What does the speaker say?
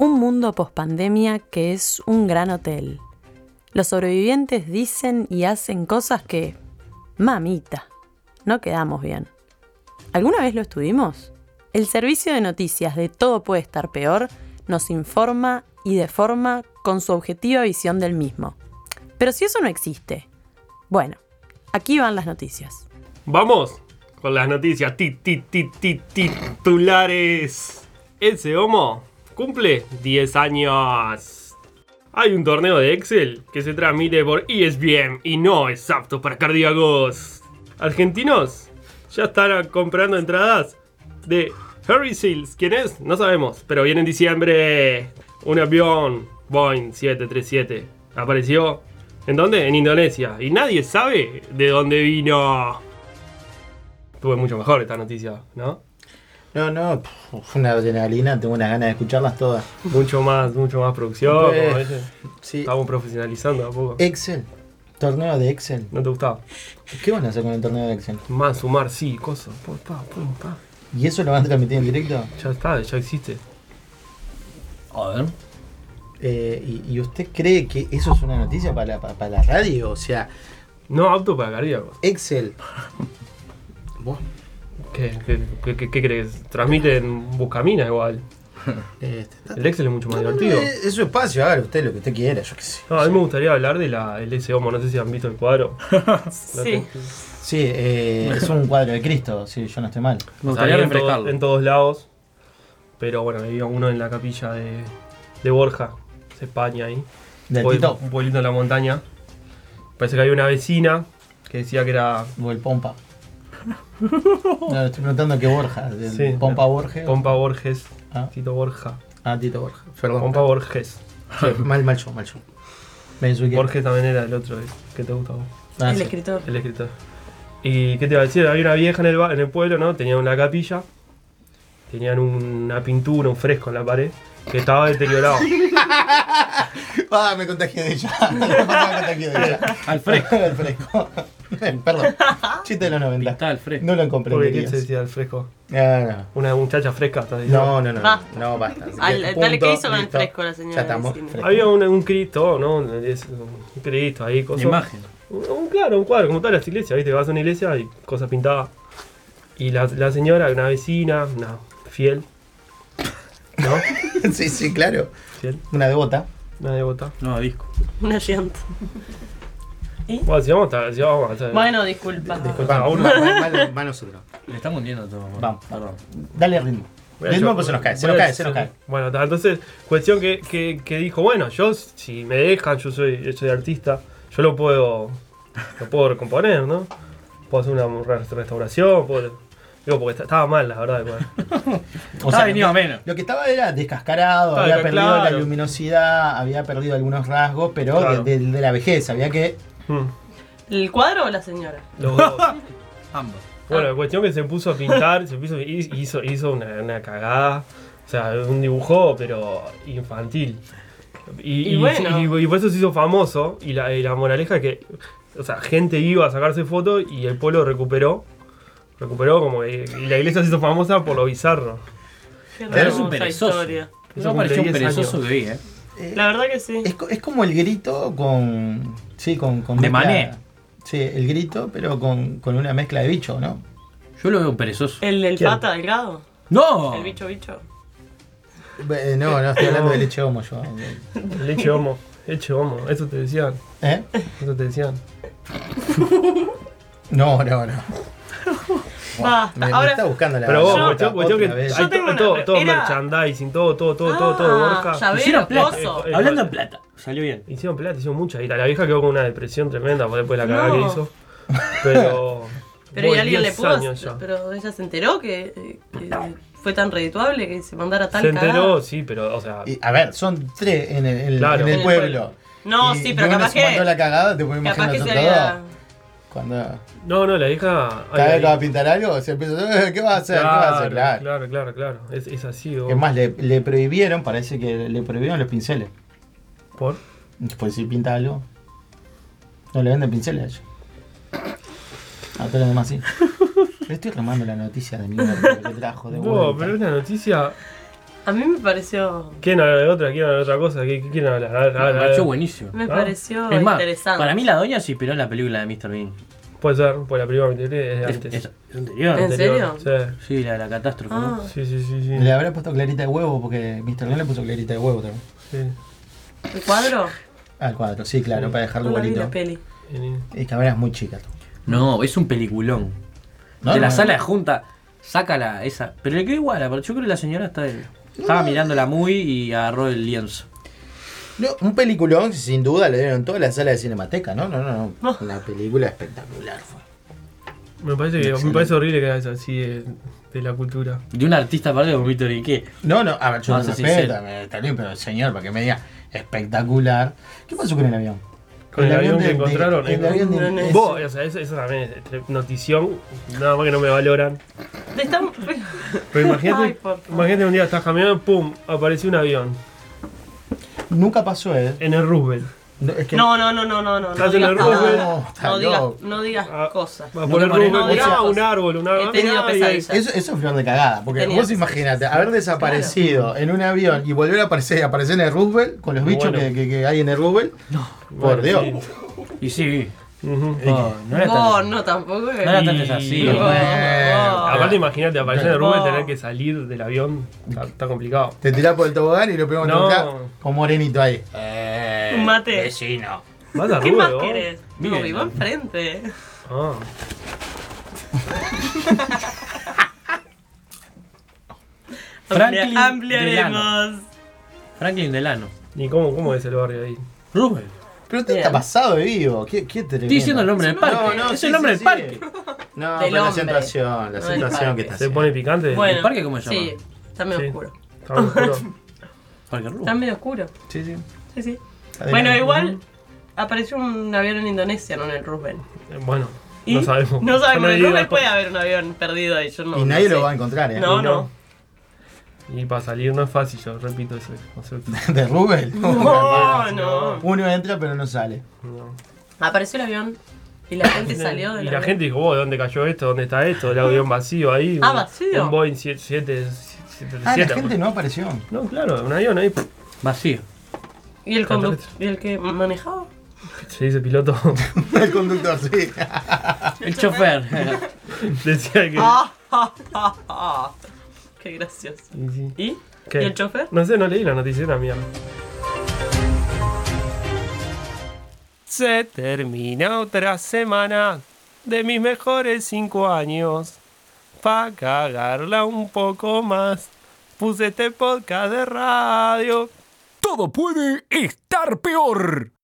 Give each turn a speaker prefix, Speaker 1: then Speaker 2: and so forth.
Speaker 1: mundo pospandemia que es un gran hotel. Los sobrevivientes dicen y hacen cosas que, mamita, no quedamos bien. ¿Alguna vez lo estuvimos? El servicio de noticias de Todo puede estar peor nos informa y deforma con su objetiva visión del mismo. Pero si eso no existe, bueno, aquí van las noticias.
Speaker 2: Vamos con las noticias ti, ti, ti, ti, titulares. Ese homo cumple 10 años. Hay un torneo de Excel que se transmite por E ESPN y no es apto para cardíacos. Argentinos ya están comprando entradas de Harry Seals. ¿Quién es? No sabemos, pero viene en diciembre un avión Boeing 737. Apareció. ¿En dónde? En Indonesia. Y nadie sabe de dónde vino. Tuve mucho mejor esta noticia, ¿no?
Speaker 3: No, no, pf, una adrenalina, tengo unas ganas de escucharlas todas.
Speaker 2: Mucho más, mucho más producción.
Speaker 3: Eh,
Speaker 2: como a veces.
Speaker 3: sí.
Speaker 2: Estamos profesionalizando a poco.
Speaker 3: Excel, torneo de Excel.
Speaker 2: ¿No te gustaba?
Speaker 3: ¿Qué van a hacer con el torneo de Excel?
Speaker 2: Más, sumar, sí, cosas. Pum, pa, pum, pa.
Speaker 3: ¿Y eso lo van a transmitir en directo?
Speaker 2: Ya está, ya existe.
Speaker 4: A ver.
Speaker 3: Eh, y, y usted cree que eso es una noticia para, para, para la radio? O sea,
Speaker 2: No apto para cardíacos.
Speaker 3: Excel. Buah,
Speaker 2: ¿Qué, qué, qué, qué- qué crees? Transmiten buscamina igual.
Speaker 3: este, está-
Speaker 2: El Excel es mucho más
Speaker 3: No, no,
Speaker 2: divertido.
Speaker 3: no, es es su espacio, haga usted lo que usted quiera, yo qué sé.
Speaker 2: No, a mí me gustaría hablar de la LS Homo, no sé si han visto el cuadro.
Speaker 1: Sí.
Speaker 3: Sí, eh, es un cuadro de Cristo, si yo no estoy mal.
Speaker 4: Me gustaría
Speaker 2: Está ahí en, todo-
Speaker 4: refrescarlo.
Speaker 2: en todos lados. Pero bueno, había uno en la capilla de, de Borja, es España ahí.
Speaker 3: Del
Speaker 2: Pue-
Speaker 3: Tito
Speaker 2: Un pueblito en la montaña. Parece que había una vecina que decía que era
Speaker 3: o el Pompa. No, le estoy preguntando qué Borja. del
Speaker 2: Sí,
Speaker 3: Pompa
Speaker 2: no.
Speaker 3: Borges.
Speaker 2: Pompa Borges,
Speaker 3: Ah.
Speaker 2: Tito Borja.
Speaker 3: Ah, Tito Borja. Perdón.
Speaker 2: Pompa Borges.
Speaker 3: Sí, mal, mal yo, mal yo. Benzuki.
Speaker 2: Borges también era el otro, eh, que te gusta a vos.
Speaker 3: Ah,
Speaker 1: El
Speaker 3: sí.
Speaker 1: escritor.
Speaker 2: El escritor. ¿Y qué te iba a decir? Había una vieja en el, ba- en el pueblo, ¿no? Tenían una capilla. Tenían una pintura, un fresco en la pared. Que estaba deteriorado.
Speaker 3: Ah, me contagié de ella. me contagié de ella.
Speaker 4: Al fresco.
Speaker 3: Al fresco. Perdón. Chiste de los 90.
Speaker 4: Está al fresco.
Speaker 3: No lo
Speaker 2: eh. Porque ¿qué
Speaker 3: comprenderías.
Speaker 2: se decía del fresco?
Speaker 3: Ah,
Speaker 2: Una muchacha fresca, estás diciendo.
Speaker 3: No, no, no, no, no,
Speaker 5: Basta.
Speaker 3: no, basta.
Speaker 5: Ah. Al-
Speaker 3: Bien,
Speaker 5: dale,
Speaker 3: punto,
Speaker 5: ¿qué hizo con el
Speaker 3: listo.
Speaker 5: fresco la señora
Speaker 3: Ya estamos.
Speaker 5: Cristina?
Speaker 3: fresco.
Speaker 2: Había un, un Cristo, ¿no? Es un Cristo ahí, cosas.
Speaker 4: Imagen.
Speaker 2: Un, un- claro, un cuadro, como todas las iglesias, ¿viste? Vas a una iglesia y cosas pintadas. Y la, la señora, una vecina, una fiel. ¿No?
Speaker 3: Sí, sí, claro.
Speaker 2: Fiel,
Speaker 3: Una devota.
Speaker 2: una devota.
Speaker 4: No, disco.
Speaker 5: Una llanta.
Speaker 2: Bueno, si vamos a. Si vamos a
Speaker 1: Bueno, disculpa.
Speaker 2: a
Speaker 3: Vamos,
Speaker 2: uno.
Speaker 3: va- va- va- va nosotros.
Speaker 4: Le estamos hundiendo todo. amor.
Speaker 3: Vamos.
Speaker 4: Perdón.
Speaker 3: Dale ritmo.
Speaker 2: Voy a-
Speaker 3: Ritmo pues se nos cae, se
Speaker 2: voy
Speaker 3: nos
Speaker 2: a-
Speaker 3: cae, se nos cae.
Speaker 2: Bueno, ta, entonces, cuestión que, que- que dijo, bueno, yo si me dejan, yo soy, yo soy artista, yo lo puedo, lo puedo recomponer, ¿no? Puedo hacer una re- restauración, puedo- Digo, porque esta- estaba mal, la verdad. igual.
Speaker 3: O
Speaker 4: Ah, venía
Speaker 3: lo que-
Speaker 4: menos.
Speaker 3: Lo que estaba era descascarado,
Speaker 2: Estaba
Speaker 3: había
Speaker 2: desca-
Speaker 3: perdido la
Speaker 2: claro.
Speaker 3: luminosidad, había perdido algunos rasgos, pero de-
Speaker 2: Claro.
Speaker 3: de, de la vejez, había que.
Speaker 2: Mm,
Speaker 5: ¿El cuadro o la señora?
Speaker 2: los dos.
Speaker 4: Ambos.
Speaker 2: Bueno, la cuestión que se puso a pintar, se puso, hizo, hizo una, una cagada. O sea, un dibujo, pero infantil. Y,
Speaker 5: Y bueno.
Speaker 2: y- y por eso se hizo famoso. Y la, y la moraleja es que, o sea, gente iba a sacarse fotos y el pueblo recuperó. Recuperó como. que- Y la iglesia se hizo famosa por lo bizarro.
Speaker 5: Qué
Speaker 4: Claro, es
Speaker 5: hermosa
Speaker 4: un perezoso.
Speaker 5: historia.
Speaker 4: No parecía un
Speaker 2: cumple 10
Speaker 4: perezoso que vi, eh.
Speaker 3: eh,
Speaker 5: La verdad que sí.
Speaker 3: es, co- es como el grito con. Sí, con. con
Speaker 4: De
Speaker 3: mezcla-
Speaker 4: Mané.
Speaker 3: Sí, el grito, pero con, con una mezcla de bicho, ¿no?
Speaker 4: Yo lo veo un perezoso.
Speaker 5: ¿El del
Speaker 2: ¿Quién?
Speaker 5: pata delgado?
Speaker 4: ¡No!
Speaker 5: ¿El bicho bicho?
Speaker 3: Eh, no, no, estoy hablando de leche homo yo.
Speaker 2: Leche homo. Leche homo. Eso te decían.
Speaker 3: ¿Eh?
Speaker 2: Eso te decían.
Speaker 3: No, no, no.
Speaker 5: Basta,
Speaker 3: Me, me
Speaker 5: ahora-
Speaker 3: está buscando la
Speaker 2: Pero vos,
Speaker 3: bronca
Speaker 2: cuestión, cuestión que.
Speaker 3: otra vez.
Speaker 2: hay
Speaker 5: Yo tengo
Speaker 2: to-
Speaker 5: una-
Speaker 2: todo, todo
Speaker 5: era- Ah,
Speaker 2: merchandising, todo, todo, todo, todo, todo, Borja.
Speaker 4: Hicieron
Speaker 5: Llavero,
Speaker 4: plata.
Speaker 5: pozo.
Speaker 2: Eh,
Speaker 4: Hablando en plata. Salió bien.
Speaker 2: Hicieron plata, hicieron mucha guita. La vieja quedó con una depresión tremenda por después de la cagada
Speaker 5: No.
Speaker 2: que hizo. Pero.
Speaker 5: Pero
Speaker 2: voy
Speaker 5: ¿y alguien le
Speaker 2: 10
Speaker 5: pudo?
Speaker 2: años ya.
Speaker 5: Pero ella se enteró que, que fue tan redituable que se mandara tal
Speaker 2: Se enteró,
Speaker 5: cagada.
Speaker 2: sí, pero, o sea.
Speaker 3: Y, a ver, son tres en el, en el-
Speaker 2: Claro.
Speaker 3: en el
Speaker 2: En el
Speaker 3: pueblo.
Speaker 5: No,
Speaker 3: Y-
Speaker 5: sí,
Speaker 3: y
Speaker 5: pero
Speaker 3: uno
Speaker 5: capaz
Speaker 3: se mandó
Speaker 5: que.
Speaker 3: la cagada, te puedes
Speaker 5: Capaz
Speaker 3: imaginar
Speaker 5: que se
Speaker 3: nosotros
Speaker 5: había.
Speaker 3: dos. Cuando
Speaker 2: No, no, la vieja. ay,
Speaker 3: cada vez
Speaker 2: ay,
Speaker 3: que va a pintar algo, se empieza a decir, "Eh, ¿qué vas a hacer? ¿Qué vas a hacer? Claro.
Speaker 2: claro, claro, claro. Es, es así, o-
Speaker 3: Es más, le, le prohibieron, parece que le prohibieron los pinceles.
Speaker 2: ¿Por?
Speaker 3: Después si pinta algo, no le venden pinceles a ellos. A todos los demás sí. Le estoy remando la noticia de mierda que trajo de
Speaker 2: No,
Speaker 3: vuelta.
Speaker 2: pero es una noticia
Speaker 5: A mí me pareció.
Speaker 2: ¿Quieren hablar de otra? ¿Quieren hablar de otra cosa? ¿Qué, qué quieren hablar? A ver, a ver, a ver.
Speaker 4: Pareció buenísimo.
Speaker 5: Me
Speaker 2: Ah.
Speaker 5: pareció
Speaker 4: Es más,
Speaker 5: interesante.
Speaker 4: para mí la doña se inspiró en la película de Mr. Bean.
Speaker 2: Puede ser, pues la primera que te es de
Speaker 4: Es,
Speaker 2: antes.
Speaker 4: es- es anterior.
Speaker 5: ¿En
Speaker 2: Anterior,
Speaker 4: Sí, la de la catástrofe. ¿no?
Speaker 5: Ah,
Speaker 2: Sí, sí, sí, sí. sí.
Speaker 3: Le habrá puesto clarita de huevo porque Mr. Bean le puso clarita de huevo también.
Speaker 2: Sí.
Speaker 5: el cuadro.
Speaker 3: Al cuadro, sí, claro, para dejarlo
Speaker 5: No la vi la
Speaker 3: igualito.
Speaker 5: peli.
Speaker 2: Vení.
Speaker 3: Y cámaras muy chicas.
Speaker 4: No, es un peliculón.
Speaker 3: No,
Speaker 4: de la
Speaker 3: no.
Speaker 4: sala de junta, saca la esa. Pero le quedó igual, pero yo creo que la señora está estaba mirando la muy y agarró el lienzo.
Speaker 3: No, un peliculón, sin duda, le dieron toda la sala de Cinemateca, ¿no? No, no, no. Una película espectacular fue.
Speaker 2: Me parece, que, me
Speaker 3: Excelente.
Speaker 2: parece horrible que hagas así de, de la cultura.
Speaker 4: De un artista para como Víctor y qué.
Speaker 3: No, no, a ver, yo no
Speaker 4: Vamos a ser
Speaker 3: respeto,
Speaker 4: sinceros.
Speaker 3: me- está bien, pero señor, para que me diga espectacular. ¿Qué pasó con el avión?
Speaker 2: Con el, avión que
Speaker 3: de- de-
Speaker 2: encontraron.
Speaker 3: el avión de-
Speaker 5: No, no.
Speaker 3: es-
Speaker 2: Vos, o sea, eso, eso también es tre- notición. Nada más que no me valoran.
Speaker 5: Estamos-
Speaker 2: Pero imagínate,
Speaker 5: Ay, por favor.
Speaker 2: imagínate un día estás caminando, pum, apareció un avión.
Speaker 3: Nunca pasó, ¿eh?
Speaker 2: En el Roosevelt.
Speaker 3: No, es que-
Speaker 5: No, no, no, no, no, no. No
Speaker 2: Estás en
Speaker 5: digas,
Speaker 2: el
Speaker 5: nada.
Speaker 3: Rubén.
Speaker 5: no, digas,
Speaker 3: Está
Speaker 5: no digas
Speaker 2: Ah.
Speaker 5: cosas.
Speaker 2: Va por el
Speaker 4: me parece.
Speaker 2: Roosevelt.
Speaker 5: No,
Speaker 2: mirá,
Speaker 5: digas
Speaker 2: un
Speaker 5: cosas.
Speaker 2: árbol, un árbol.
Speaker 5: He tenido
Speaker 2: mirá, y ahí-
Speaker 5: pesadillas.
Speaker 3: Eso, eso es flor de cagada, porque
Speaker 5: Tenía-
Speaker 3: vos imagínate, haber desaparecido en un avión y volver a aparecer y aparecer en el Roosevelt, con los
Speaker 2: Muy
Speaker 3: bichos
Speaker 2: bueno.
Speaker 3: que, que- que hay en el Roosevelt, por
Speaker 2: Bueno,
Speaker 3: Dios.
Speaker 2: sí.
Speaker 4: Y sí,
Speaker 2: Ujú.
Speaker 4: oh, no era tan,
Speaker 5: Vos, no, tampoco.
Speaker 4: no era tan así.
Speaker 5: Vos,
Speaker 3: Bueno. Ah.
Speaker 5: vos.
Speaker 2: Aparte, imagínate, aparecer en el Roosevelt,
Speaker 5: No.
Speaker 2: tener que salir del avión. Está, está complicado.
Speaker 3: Te tirás por el tobogán y lo pegamos
Speaker 2: No.
Speaker 3: con morenito ahí.
Speaker 5: Un mate.
Speaker 3: Vecino.
Speaker 2: Vas a
Speaker 5: ¿Qué
Speaker 2: Roosevelt,
Speaker 5: más
Speaker 2: vos.
Speaker 5: querés? No,
Speaker 4: Bien.
Speaker 5: vivo enfrente.
Speaker 2: Ah.
Speaker 4: Franklin
Speaker 5: Amplia- Ampliaremos.
Speaker 4: Franklin Delano.
Speaker 2: ¿Y cómo, cómo es el barrio ahí?
Speaker 4: Rubén.
Speaker 3: Pero usted
Speaker 5: Bien.
Speaker 3: está pasado de vivo. ¿Qué, qué tremendo.
Speaker 4: Estoy diciendo el nombre del parque.
Speaker 3: No, no,
Speaker 4: es
Speaker 3: sí,
Speaker 4: el nombre
Speaker 3: sí,
Speaker 4: del
Speaker 3: sí.
Speaker 4: parque.
Speaker 3: No,
Speaker 5: Del
Speaker 3: pero la
Speaker 5: hombre.
Speaker 3: situación,
Speaker 5: No
Speaker 3: la
Speaker 5: del
Speaker 3: situación que
Speaker 5: parque.
Speaker 3: está
Speaker 2: ¿Se
Speaker 3: haciendo.
Speaker 2: pone picante?
Speaker 5: Bueno.
Speaker 4: parque cómo se llama?
Speaker 5: Sí, está medio
Speaker 2: Sí.
Speaker 5: oscuro.
Speaker 2: Está muy oscuro.
Speaker 4: Parque
Speaker 5: Está
Speaker 4: Rubén.
Speaker 5: medio oscuro.
Speaker 3: Sí, sí.
Speaker 5: Sí, sí.
Speaker 3: Adelante.
Speaker 5: Bueno, igual apareció un avión en Indonesia, no en el Roosevelt.
Speaker 2: Eh, Bueno,
Speaker 5: ¿Y?
Speaker 2: no sabemos.
Speaker 5: No sabemos.
Speaker 2: Nadie
Speaker 5: En el Roosevelt
Speaker 2: las cosas.
Speaker 5: puede haber un avión perdido ahí. Yo no,
Speaker 3: Y nadie
Speaker 5: no
Speaker 3: lo
Speaker 5: sé.
Speaker 3: va a encontrar, ¿eh?
Speaker 5: No,
Speaker 2: Y
Speaker 5: no.
Speaker 2: Y para salir no es fácil, yo repito ese concepto.
Speaker 3: ¿De Rubel?
Speaker 5: No, Oh, no.
Speaker 3: Uno entra pero no sale.
Speaker 2: No.
Speaker 5: Apareció el avión y la gente salió del
Speaker 2: y la
Speaker 5: avión.
Speaker 2: gente dijo, "Vos, ¿de dónde cayó esto? ¿Dónde está esto? El avión vacío ahí.
Speaker 5: Ah,
Speaker 2: un-
Speaker 5: vacío.
Speaker 2: Un Boeing 737.
Speaker 3: Ah, la gente no apareció.
Speaker 2: No, claro, un avión ahí. pff,
Speaker 4: Vacío.
Speaker 5: ¿Y el conductor? ¿Y el que manejaba?
Speaker 2: Se dice piloto.
Speaker 3: El conductor, sí.
Speaker 4: El chofer.
Speaker 2: Decía que.
Speaker 5: Ah, ah, ah, ah. Qué gracioso.
Speaker 2: Y sí.
Speaker 5: ¿Y?
Speaker 2: ¿Qué?
Speaker 5: ¿Y el chofer?
Speaker 2: No sé, no leí la noticia, era mierda. Se termina otra semana de mis mejores cinco años. Pa' cagarla un poco más, puse este podcast de radio.
Speaker 6: Todo puede estar peor.